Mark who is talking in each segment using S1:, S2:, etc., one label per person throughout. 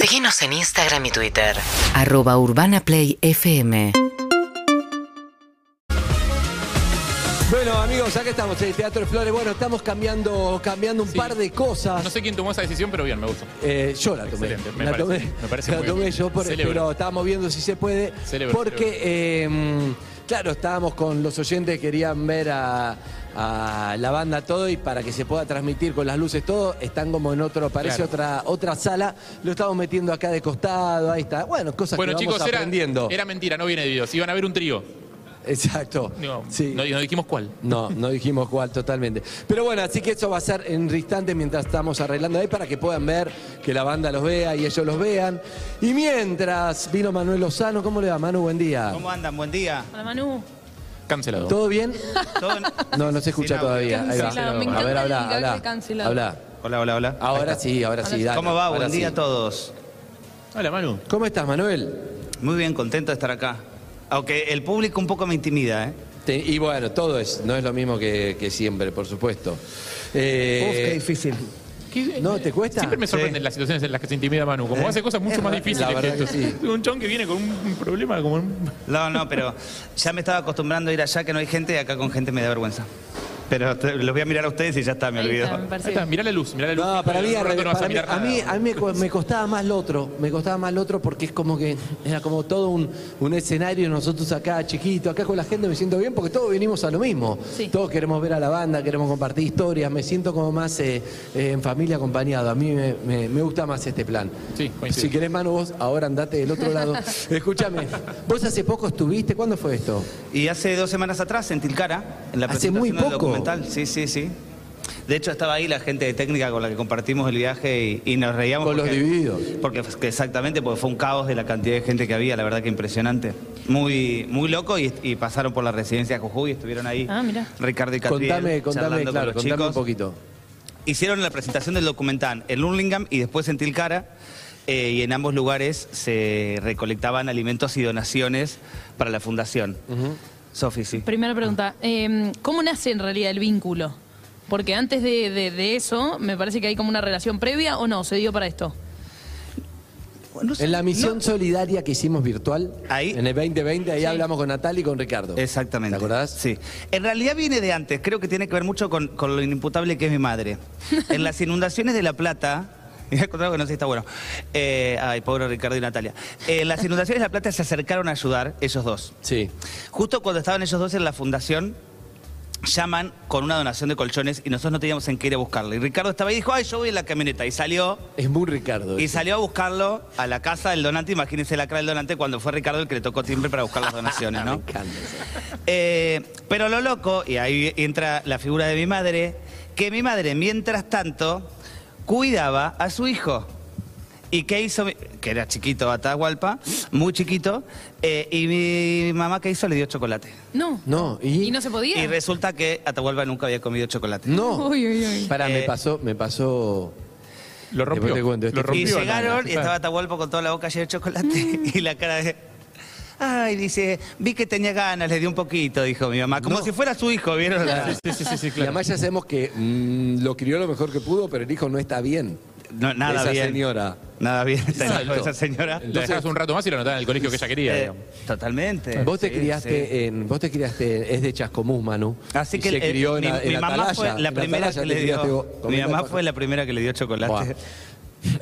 S1: Seguinos en Instagram y Twitter.
S2: Arroba Urbana Play FM.
S3: Bueno, amigos, acá estamos en el Teatro de Flores. Bueno, estamos cambiando, cambiando un
S4: Sí.
S3: par de cosas.
S4: No sé quién tomó esa decisión, pero bien, me gusta.
S3: Eh, yo la tomé.
S4: Excelente, me
S3: la
S4: parece,
S3: tomé.
S4: me parece
S3: la
S4: muy
S3: tomé
S4: bien.
S3: yo, por,
S4: Celebro.
S3: pero estábamos viendo si se puede.
S4: Celebro,
S3: porque, eh, claro, estábamos con los oyentes, querían ver a, a la banda todo y para que se pueda transmitir con las luces todo, están como en otro, parece
S4: Claro.
S3: otra otra sala. Lo estamos metiendo acá de costado, ahí está. Bueno, cosas
S4: Bueno,
S3: que
S4: chicos,
S3: vamos
S4: era,
S3: aprendiendo.
S4: era mentira, no viene de Dios. Iban a ver un trío.
S3: Exacto.
S4: No,
S3: Sí.
S4: no, no dijimos cuál.
S3: No, no dijimos cuál totalmente. Pero bueno, así que eso va a ser en instante mientras estamos arreglando ahí para que puedan ver, que la banda los vea y ellos los vean. Y mientras vino Manuel Lozano, ¿cómo le va, Manu? Buen día.
S5: ¿Cómo andan? Buen día.
S6: Hola Manu.
S4: Cancelado.
S3: ¿Todo bien?
S5: ¿Todo en-
S3: No, no se escucha
S5: Sin audio.
S3: todavía. Ahí va.
S6: Cancelado. Me
S3: A
S6: encanta
S3: ver,
S6: el
S3: habla,
S6: gag de
S3: habla.
S6: cancelado.
S3: Habla.
S5: Hola, hola, hola.
S3: Ahora sí, ahora sí. Ah, dale,
S5: ¿Cómo va?
S3: ahora
S5: Buen día
S3: sí.
S5: a todos.
S4: Hola, Manu.
S3: ¿Cómo estás, Manuel?
S5: Muy bien, contento de estar acá. Aunque el público un poco me intimida, ¿eh?
S3: Te- y bueno, todo es, no es lo mismo que, que siempre, por supuesto. Eh,
S5: difícil.
S4: ¿Qué-
S3: No, ¿te cuesta?
S4: Siempre me sorprenden
S5: Sí.
S4: las situaciones en las que se intimida Manu. Como hace cosas mucho más difíciles
S3: La verdad que
S4: esto. Un chon que viene con un problema como un...
S5: No, no, pero ya me estaba acostumbrando a ir allá que no hay gente y acá con gente me da vergüenza. Pero te- los voy a mirar a ustedes y ya está, me
S6: Ahí
S5: olvido.
S6: está, me
S4: Ahí
S6: parece.
S4: está, mirá la luz, mirá la luz.
S3: No, para mí,
S4: En un rato
S3: al
S4: no
S3: revés,
S4: vas
S3: para mí-
S4: mirar
S3: a, mí,
S4: nada.
S3: a mí me co- me costaba más lo otro, me costaba más lo otro porque es como que era como todo un, un escenario, nosotros acá chiquito, acá con la gente me siento bien porque todos venimos a lo mismo,
S6: Sí.
S3: todos queremos ver a la banda, queremos compartir historias, me siento como más eh, eh, en familia acompañado, a mí me, me- me gusta más este plan.
S4: Sí, coincido.
S3: si querés Manu vos, ahora andate del otro lado. Escúchame, vos hace poco estuviste, ¿cuándo fue esto?
S5: Y hace dos semanas atrás en Tilcara, en la
S3: Hace
S5: presentación
S3: muy
S5: del
S3: poco.
S5: documental. Sí, sí, sí. De hecho, estaba ahí la gente de técnica con la que compartimos el viaje y, y nos reíamos.
S3: Con los divididos.
S5: Porque, que exactamente, porque fue un caos de la cantidad de gente que había, la verdad que impresionante. Muy, muy loco y, y pasaron por la residencia de Jujuy, estuvieron ahí.
S6: Ah, mirá.
S5: Ricardo y Catriel,
S3: Contame, contame,
S5: charlando
S3: claro,
S5: con los
S3: contame un
S5: chicos.
S3: poquito.
S5: Hicieron la presentación del documental en Hurlingham y después en Tilcara. eh, y en ambos lugares se recolectaban alimentos y donaciones para la fundación. Sofi, sí.
S6: Primera pregunta. eh, ¿Cómo nace en realidad el vínculo? Porque antes de, de- de eso, me parece que hay como una relación previa o no, se dio para esto.
S5: No sé,
S3: En la misión
S5: no-
S3: solidaria que hicimos virtual,
S5: Ahí.
S3: en el 2020, ahí
S6: Sí.
S3: hablamos con Natal y con Ricardo.
S5: Exactamente.
S3: ¿Te acordás?
S5: Sí. En realidad viene de antes, creo que tiene que ver mucho con, con lo inimputable que es mi madre. En las inundaciones de La Plata. Me voy a contar algo que no sé si está bueno. Eh, ay, pobre Ricardo y Natalia. Eh, en las inundaciones de La Plata se acercaron a ayudar, ellos dos.
S3: Sí.
S5: Justo cuando estaban ellos dos en la fundación, llaman con una donación de colchones y nosotros no teníamos en qué ir a buscarlo. Y Ricardo estaba ahí y dijo, ay, yo voy en la camioneta. Y salió
S3: Es muy Ricardo.
S5: Y
S3: eso.
S5: salió a buscarlo a la casa del donante. Imagínense la cara del donante cuando fue Ricardo el que le tocó timbre para buscar las donaciones,
S3: Me
S5: ¿no?
S3: encanta eso.
S5: Eh, pero lo loco, y ahí entra la figura de mi madre, que mi madre, mientras tanto, cuidaba a su hijo. ¿Y qué hizo? mi- Que era chiquito, Atahualpa, muy chiquito. eh, y mi mamá, ¿qué hizo? Le dio chocolate.
S6: No.
S3: No, y.
S6: ¿Y no se podía?
S5: Y resulta que Atahualpa nunca había comido chocolate.
S3: No.
S6: Uy, uy, uy.
S3: Pará, me
S5: Eh,
S3: pasó, me pasó.
S4: Lo rompió.
S3: Después te cuento, este
S4: lo
S3: fin
S5: Y
S4: rompió.
S3: rompió,
S5: llegaron
S4: Nana,
S5: y estaba
S4: está.
S5: Atahualpa con toda la boca llena de chocolate y la cara de... Ay, dice, vi que tenía ganas, le di un poquito, dijo mi mamá. Como
S3: No.
S5: si fuera su hijo, ¿vieron?
S4: Sí, sí, sí, sí,
S3: Y
S4: claro.
S3: además ya sabemos que mm, lo crió lo mejor que pudo, pero el hijo no está bien.
S5: No, nada
S3: Esa
S5: bien.
S3: señora.
S5: Nada bien, está
S3: Exacto.
S5: esa señora.
S4: La dejabas un rato más y lo anotaba en el colegio que ella quería.
S5: Eh,
S4: digamos.
S5: totalmente.
S3: Vos te
S5: Sí,
S3: criaste
S5: sí.
S3: en. Vos te criaste. Es de Chascomús, Manu.
S5: Así
S3: Y
S5: que
S3: se
S5: eh,
S3: crió en
S5: mi,
S3: la- en
S5: mi mamá
S3: Atalaya.
S5: fue la
S3: En
S5: primera
S3: Atalaya
S5: que
S3: te
S5: le
S3: criaste vos.
S5: dio. Mi
S3: Comete
S5: mamá
S3: paja.
S5: fue la primera que le dio chocolate.
S3: Buah.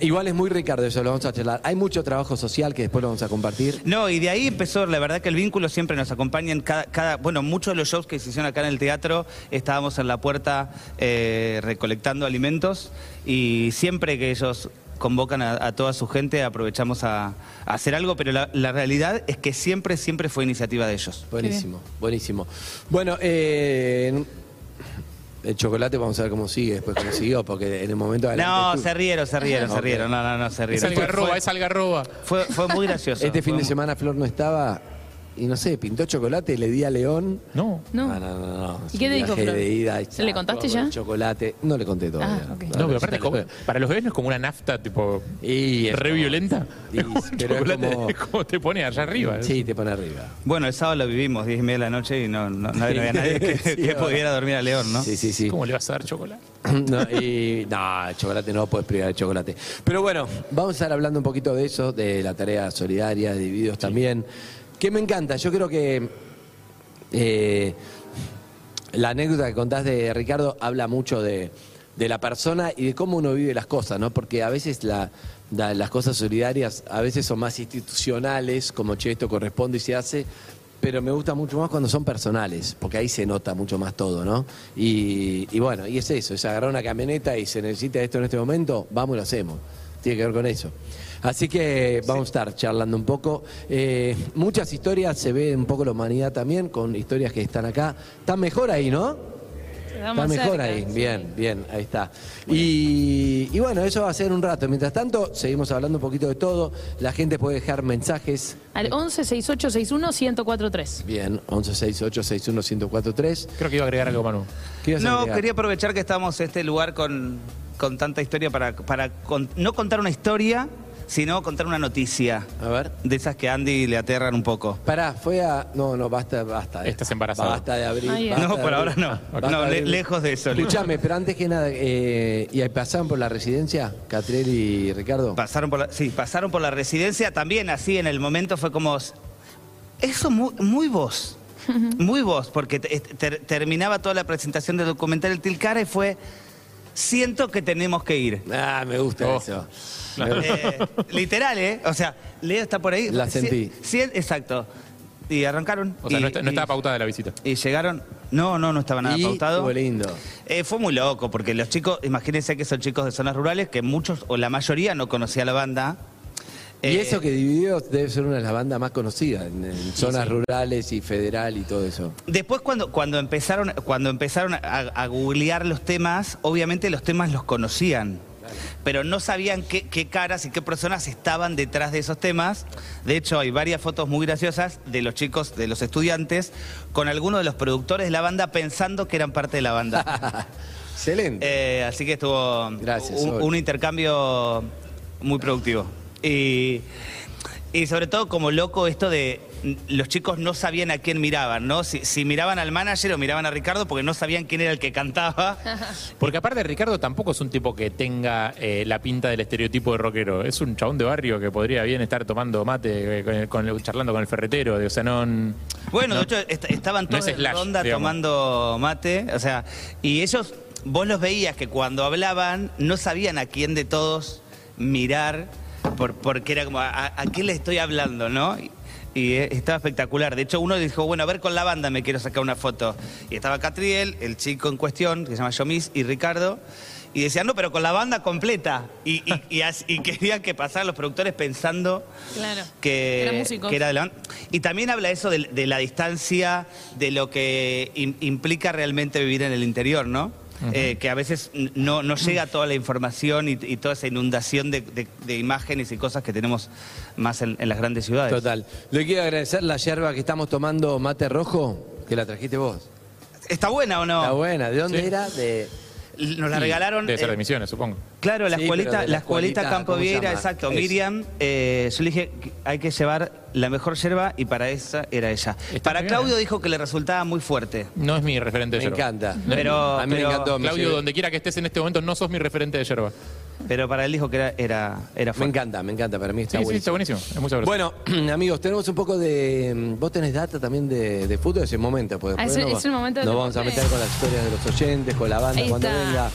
S3: Igual es muy Ricardo eso, lo vamos a charlar. Hay mucho trabajo social que después lo vamos a compartir.
S5: No, y de ahí empezó, la verdad que el vínculo siempre nos acompaña en cada, cada- bueno, muchos de los shows que se hicieron acá en el teatro, estábamos en la puerta eh, recolectando alimentos y siempre que ellos convocan a, a toda su gente aprovechamos a, a hacer algo, pero la, la realidad es que siempre, siempre fue iniciativa de ellos.
S3: Buenísimo, buenísimo. Bueno, eh, el chocolate vamos a ver cómo sigue, después cómo siguió, porque en el momento...
S5: No,
S3: adelante
S5: se
S3: estuvo.
S5: rieron, se rieron, se
S3: Ok.
S5: rieron, no, no, no, se
S4: Es
S5: rieron. Fue-
S4: algarroba, es algarroba.
S5: Fue, fue muy gracioso.
S3: Este fin
S5: Fue
S3: de
S5: mu-
S3: semana Flor no estaba, y no sé, pintó chocolate y le di a León.
S4: No.
S6: No.
S3: Ah, No, no, no. no.
S6: ¿Y qué te
S3: Un
S6: dijo,
S3: viaje
S6: Flor?
S3: de ida y
S6: ¿Se le
S3: chao,
S6: contaste
S3: todo
S6: ya?
S3: el Chocolate. No le conté todavía.
S6: Ah, ok.
S4: No, pero
S3: ya
S4: aparte,
S3: le
S4: es como-
S3: conté.
S4: para los bebés no es como una nafta, tipo,
S3: Y es
S4: re
S3: como-
S4: violenta.
S3: Y-
S4: Es un
S3: pero es
S4: chocolate,
S3: como-
S4: es como te pone allá arriba. ¿eh?
S3: Sí, te pone arriba.
S5: Bueno, el sábado lo vivimos, 10 y media de la noche, y no, no, no había nadie que,
S3: Sí,
S5: que
S3: ahora.
S5: pudiera dormir a León, ¿no?
S3: Sí, sí, sí.
S4: ¿Cómo le vas a dar chocolate?
S3: No, y, no, el chocolate no puedes privar el chocolate. Pero bueno, vamos a estar hablando un poquito de eso, de la tarea solidaria, de videos también, que me encanta. Yo creo que eh, la anécdota que contás de Ricardo habla mucho de, de la persona y de cómo uno vive las cosas, ¿no? Porque a veces la- la- las cosas solidarias a veces son más institucionales, como che, esto corresponde y se hace, pero me gusta mucho más cuando son personales, porque ahí se nota mucho más todo, ¿no? Y, y bueno, y es eso, es agarrar una camioneta y se necesita esto en este momento, vamos y lo hacemos. Tiene que ver con eso. Así que vamos a estar charlando un poco. Eh, muchas historias, se ve un poco la humanidad también, con historias que están acá. Están mejor ahí, ¿no? Está mejor ahí, bien, bien, ahí está. Y, y bueno, eso va a ser un rato. Mientras tanto, seguimos hablando un poquito de todo. La gente puede dejar mensajes.
S6: Al 11 68 61 1043.
S3: Bien, 1168-61-1043.
S4: Creo que iba a agregar algo, Manu.
S3: ¿Qué ibas a
S5: No,
S3: agregar?
S5: quería aprovechar que estamos en este lugar con, con tanta historia para, para con- no contar una historia, sino contar una noticia.
S3: A ver.
S5: De esas que a Andy le aterran un poco.
S3: Pará, fue a. No, no, basta, basta.
S4: Estás embarazada.
S3: Basta de abrir.
S6: Ay, ay.
S3: basta
S5: No,
S3: de
S5: por
S3: abrir.
S5: ahora no.
S3: Basta
S5: No,
S3: de
S5: le-
S3: abrir.
S5: lejos de eso.
S3: Escuchame, pero antes que nada, eh, ¿y ahí pasaban por la residencia, Catriel y Ricardo?
S5: Pasaron por la, sí, pasaron por la residencia también así en el momento fue como eso muy, muy vos. Muy vos, porque te- te- terminaba toda la presentación del documental El Tilcara y fue siento que tenemos que ir.
S3: Ah, me gusta
S4: Oh.
S3: eso.
S5: Eh, literal, ¿eh? O sea, Leo está por ahí.
S3: La sentí.
S5: Sí, sí, exacto. Y arrancaron.
S4: O sea,
S5: y-
S4: no, está- no
S5: y-
S4: estaba pautada la visita.
S5: Y llegaron. No, no, no estaba nada
S3: Y
S5: pautado.
S3: estuvo lindo.
S5: Eh, fue muy loco, porque los chicos, imagínense que son chicos de zonas rurales, que muchos o la mayoría no conocía la banda.
S3: y
S5: Eh,
S3: eso que Divididos debe ser una de las bandas más conocidas en, en zonas rurales y federal y todo eso.
S5: Después cuando, cuando empezaron, cuando empezaron a, a googlear los temas, obviamente los temas los conocían, pero no sabían qué, qué caras y qué personas estaban detrás de esos temas. De hecho, hay varias fotos muy graciosas de los chicos, de los estudiantes, con algunos de los productores de la banda pensando que eran parte de la banda.
S3: Excelente.
S5: Eh, así que estuvo
S3: Gracias,
S5: un,
S3: Sol.
S5: un intercambio muy productivo. Y, y sobre todo como loco esto de n- los chicos no sabían a quién miraban, ¿no? Si, si miraban al manager o miraban a Ricardo porque no sabían quién era el que cantaba.
S4: Porque aparte Ricardo tampoco es un tipo que tenga eh, la pinta del estereotipo de rockero. Es un chabón de barrio que podría bien estar tomando mate, eh, con el- con el- charlando con el ferretero. de- O sea, no...
S5: Bueno,
S4: no-
S5: de hecho est- estaban
S4: no
S5: todos
S4: es
S5: en
S4: Slash,
S5: ronda
S4: digamos.
S5: tomando mate, o sea, y ellos, vos los veías que cuando hablaban no sabían a quién de todos mirar, por- porque era como, ¿a, a quién le estoy hablando, no? Y, y, eh, estaba espectacular. De hecho, uno dijo, bueno, a ver con la banda me quiero sacar una foto. Y estaba Catriel, el chico en cuestión, que se llama Yomis, y Ricardo. Y decían, no, pero con la banda completa. Y, y, y as- y querían que pasaran los productores pensando
S6: Claro.
S5: que
S6: Eran músicos.
S5: que era de la- y también habla eso de, de la distancia, de lo que im- implica realmente vivir en el interior, ¿no? Eh, que a veces n- no, no llega toda la información y, y toda esa inundación de, de- de imágenes y cosas que tenemos más en, en las grandes ciudades.
S3: Total. Le quiero agradecer la yerba que estamos tomando mate rojo, que la trajiste vos.
S5: ¿Está buena o no?
S3: Está buena. ¿De dónde
S4: Sí.
S3: era? De.
S5: L- Nos la
S4: Y
S5: regalaron.
S4: Debe ser
S5: eh,
S4: de misiones, supongo.
S5: Claro, la
S3: Sí, pero
S5: escuelita,
S3: de la
S5: la escuelita
S3: escuelita,
S5: Campo
S3: ¿cómo se
S5: Vieira,
S3: llama?
S5: exacto.
S3: Eso.
S5: Miriam, eh, yo le dije que hay que llevar la mejor yerba y para esa era ella.
S4: Está
S5: Para
S4: muy bien,
S5: Claudio
S4: ¿eh?
S5: dijo que le resultaba muy fuerte.
S4: No es mi referente de
S3: Me
S4: yerba.
S3: encanta.
S5: Pero-
S3: a mí
S5: pero-
S3: me encantó. me
S4: Claudio,
S3: sirve.
S4: donde quiera que estés en este momento, no sos mi referente de yerba.
S5: Pero para él dijo que era, era, era
S3: Me
S5: fuerte.
S3: encanta, me encanta. Para mí
S4: Sí,
S3: está
S4: sí, está
S3: buenísimo.
S4: buenísimo. Es muy sabroso.
S3: Bueno, amigos, tenemos un poco de. mm, Vos tenés data también de, de fútbol, es el momento. Porque
S6: Ah,
S3: después
S6: es-
S3: no-
S6: es el momento de
S3: Nos
S6: los
S3: vamos a meter con
S6: deportes.
S3: las historias de los oyentes, con la banda
S6: Ahí
S3: cuando
S6: está.
S3: venga.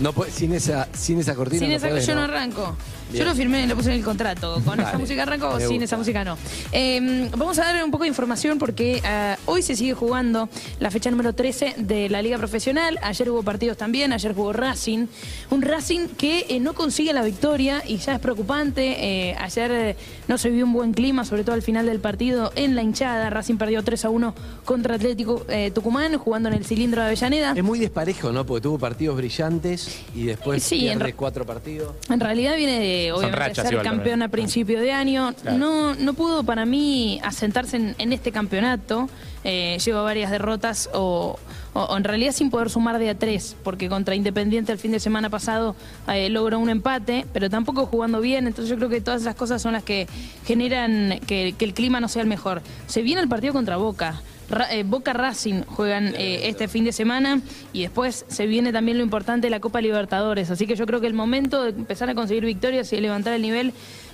S3: No, puede- sin, esa, sin esa cortina.
S6: Sin
S3: no
S6: esa
S3: podés,
S6: yo no
S3: ¿no?
S6: arranco.
S3: Bien.
S6: Yo lo firmé, lo puse en el contrato. Con esa
S3: Vale,
S6: música arranco,
S3: me
S6: sin
S3: gusta.
S6: esa música no. Eh, vamos a dar un poco de información porque ah, hoy se sigue jugando la fecha número 13 de la Liga Profesional. Ayer hubo partidos también, ayer jugó Racing. Un Racing que eh, no consigue la victoria y ya es preocupante. Eh, ayer eh, no se vio un buen clima, sobre todo al final del partido en la hinchada. Racing perdió 3 a 1 contra Atlético eh, Tucumán, jugando en el cilindro de Avellaneda.
S3: Es muy desparejo, ¿no? Porque tuvo partidos brillantes y después
S6: Sí, en
S3: pierde
S6: re-
S3: cuatro partidos.
S6: En realidad viene de, eh,
S4: Son
S6: obviamente
S4: rachas
S6: ser
S4: igual también.
S6: campeón a principio de año.
S4: Claro.
S6: No, no pudo para mí asentarse en, en este campeonato. Eh, lleva varias derrotas o, o- o en realidad sin poder sumar de a tres, porque contra Independiente el fin de semana pasado eh, logró un empate, pero tampoco jugando bien. Entonces yo creo que todas esas cosas son las que generan que, que el clima no sea el mejor. Se viene el partido contra Boca. Ra- eh, Boca Racing juegan eh, este fin de semana y después se viene también lo importante de la Copa Libertadores. Así que yo creo que el momento de empezar a conseguir victorias y de levantar el nivel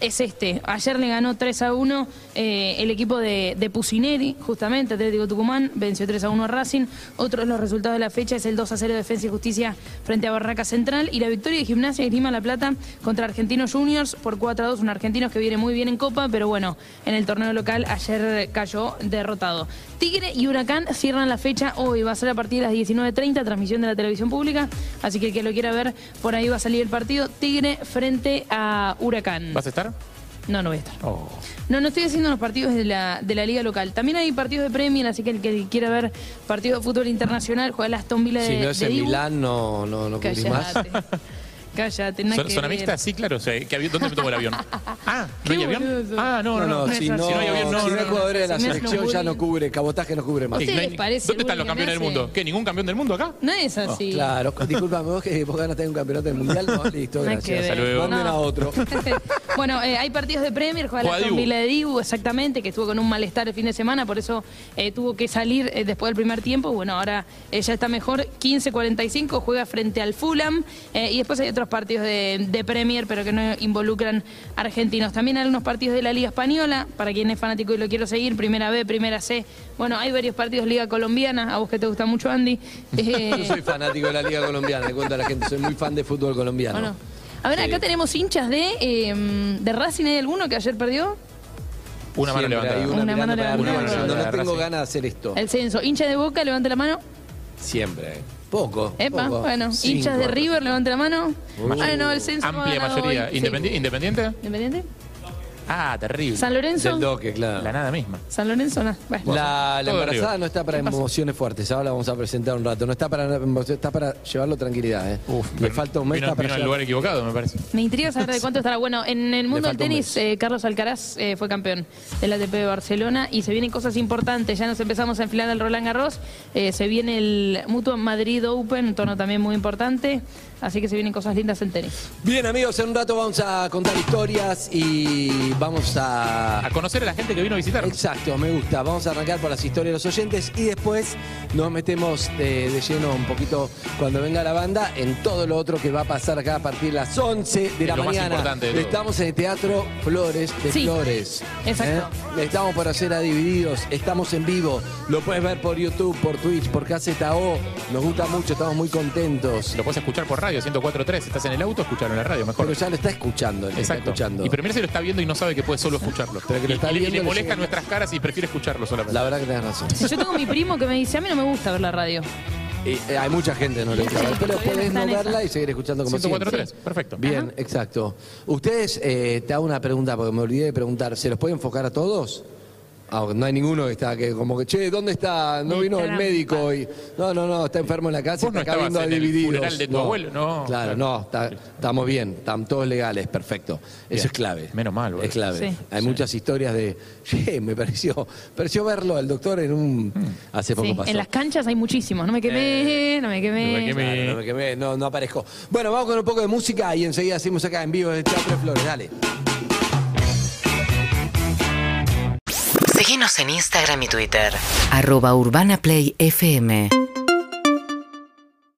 S6: es este. Ayer le ganó 3 a 1 eh, el equipo de, de Pusineri, justamente, Atlético Tucumán, venció 3 a 1 a Racing. Otro de los resultados de la fecha es el 2 a 0 de Defensa y Justicia frente a Barraca Central y la victoria de Gimnasia y Grima La Plata contra Argentinos Juniors por 4 a 2, un argentino que viene muy bien en Copa, pero bueno, en el torneo local ayer cayó derrotado. Tigre y Huracán cierran la fecha hoy, va a ser a partir de las 19.30, transmisión de la televisión pública, así que el que lo quiera ver, por ahí va a salir el partido Tigre frente a Huracán.
S4: ¿Vas a estar?
S6: No, no voy a estar.
S4: Oh.
S6: No, no estoy haciendo los partidos de la, de la liga local. También hay partidos de Premier, así que el que quiera ver partidos de fútbol internacional, juega el Aston Villa de,
S3: Si no es
S6: de
S3: en
S6: Dibu.
S3: Milán, no, no, no cubrís más.
S6: Cállate. Cállate, nada
S4: ¿Son,
S6: que
S4: ¿Zona
S6: ver.
S4: mixta? Sí, claro. o sea, ¿qué avión- ¿Dónde me tomo el avión? Ah, ¿no hay
S6: Qué
S4: avión?
S6: boludo.
S4: Ah, no,
S3: No, no, si no,
S4: Si no hay avión, no,
S3: si no
S4: no,
S3: hay
S4: no.
S3: jugadores de la
S6: Si no es
S3: selección ya no
S6: Lombardini.
S3: cubre, cabotaje no cubre más.
S4: Sí,
S6: ¿Ustedes
S4: no hay-
S6: les parece,
S4: ¿Dónde están los
S6: boludo, que
S4: campeones del
S6: me hace?
S4: mundo? ¿Qué? ¿Ningún campeón del mundo acá?
S6: No es así.
S3: Oh, Claro, disculpame vos que vos ganaste un campeonato del mundial, no, listo,
S6: Nada que
S3: gracias.
S6: ver.
S4: Hasta luego.
S3: Manden
S6: No.
S3: a otro.
S6: bueno, eh, hay partidos de Premier, juega la
S4: Juega
S6: Aston
S4: Dibu.
S6: Villa de Dibu, exactamente, que estuvo con un malestar el fin de semana, por eso eh, tuvo que salir eh, después del primer tiempo. Bueno, ahora eh, ya está mejor. 15-45 juega frente al Fulham. eh, y después hay otros partidos de, de Premier, pero que no involucran argentinos. También hay unos partidos de la Liga Española, para quien es fanático y lo quiero seguir, Primera B, Primera C. Bueno, hay varios partidos de Liga Colombiana, a vos que te gusta mucho, Andy. Eh,
S3: Yo soy fanático de la Liga Colombiana, le cuento a la gente, soy muy fan de fútbol colombiano.
S6: bueno. A ver, acá tenemos hinchas de, eh, de Racing. ¿Hay alguno que ayer perdió?
S4: Una
S3: Siempre
S4: mano levantada.
S3: hay
S6: Una mano
S3: mirando para
S6: levantada.
S3: arriba,
S6: Una mano
S3: diciendo,
S4: levantada,
S3: No tengo
S4: Racing.
S3: ganas de hacer esto.
S6: El censo. Hincha de Boca, levante la mano.
S3: Siempre. Poco.
S6: Epa,
S3: poco.
S6: bueno.
S3: Cinco.
S6: Hinchas de River, levante la mano. Ah, no, el censo. no ha
S4: Amplia
S6: ganado
S4: mayoría.
S6: hoy. Sí.
S4: Independi- ¿Independiente?
S6: Independiente.
S4: Ah, terrible.
S6: San
S3: Del
S6: Lorenzo.
S3: doque, claro.
S4: La nada misma.
S6: San Lorenzo, no. Bueno.
S3: La, la
S4: Todo
S3: embarazada
S4: arriba.
S3: no está para emociones fuertes, ahora la vamos a presentar un rato. No está para emociones, está para llevarlo tranquilidad. ¿eh? Le
S4: vino-
S3: falta un mes
S4: Vino,
S3: está para
S4: vino al
S3: llevar-
S4: lugar equivocado, me parece.
S6: Me intriga saber de cuánto estará. Bueno, en el mundo del
S3: falta un
S6: tenis, eh, Carlos Alcaraz eh, fue campeón del ATP de Barcelona y se vienen cosas importantes. Ya nos empezamos a enfilar al Roland Garros. eh, se viene el Mutuo Madrid Open, un torneo también muy importante. Así que se vienen cosas lindas en tenis.
S3: Bien, amigos, en un rato vamos a contar historias y vamos
S4: A conocer a la gente que vino a visitar.
S3: Exacto, me gusta. Vamos a arrancar por las historias de los oyentes y después nos metemos eh, de lleno un poquito cuando venga la banda en todo lo otro que va a pasar acá a partir de las 11 de la
S4: lo más
S3: mañana.
S4: importante de todo.
S3: Estamos en el Teatro Flores de
S6: Sí,
S3: Flores.
S6: exacto.
S3: ¿eh? Estamos por hacer a Divididos, estamos en vivo. Lo puedes ver por YouTube, por Twitch, por KZO. Nos gusta mucho, estamos muy contentos.
S4: Lo puedes escuchar por radio, 104.3. Estás en el auto, escuchalo en la radio, mejor.
S3: Pero ya lo está escuchando, el que está
S4: Exacto.
S3: escuchando.
S4: Y primero se lo está viendo y no sabe que puede solo escucharlo.
S3: Pero que lo
S4: Y-
S3: está
S4: y, le- y
S3: viendo,
S4: le
S3: le
S4: molesta
S3: llega-
S4: nuestras caras y prefiere escucharlo solamente.
S3: La verdad que tenés razón.
S6: Si yo tengo mi primo que me dice, a mí no me gusta ver la radio.
S3: Y, eh, hay mucha gente que no le
S6: Sí,
S3: gusta.
S6: sí,
S3: Pero
S6: todavía
S3: podés
S6: está
S3: no
S6: en esa.
S3: verla y seguir escuchando como
S4: 104.3,
S3: siempre.
S4: perfecto.
S3: Bien, exacto. Ustedes, eh, te hago una pregunta porque me olvidé de preguntar. ¿Se los puede enfocar a todos? Ah, no hay ninguno que está que como que, che, ¿dónde está? No vino el
S6: Trampa.
S3: médico hoy. No, no, no, está enfermo en la casa y
S4: Vos no
S3: está acá
S4: estabas
S3: viendo a
S4: en el
S3: divididos.
S4: funeral de tu abuelo, no,
S3: Claro,
S4: claro.
S3: no, está- estamos bien, están todos legales, perfecto. Eso
S4: Bien.
S3: es clave.
S4: Menos mal, boludo.
S3: Es clave.
S6: Sí.
S3: Hay muchas historias de, che, me pareció, pareció verlo al doctor en
S4: Mm.
S3: un hace poco
S6: Sí,
S3: pasó.
S6: En las canchas hay muchísimos. No me quemé, no me quemé.
S4: Eh, no me quemé.
S3: Claro, no, me quemé, no, no aparezco. Bueno, vamos con un poco de música y enseguida hacemos acá en vivo desde Teatro Flores. Dale.
S1: Síguenos en Instagram y Twitter.
S2: arroba urbanaplayfm.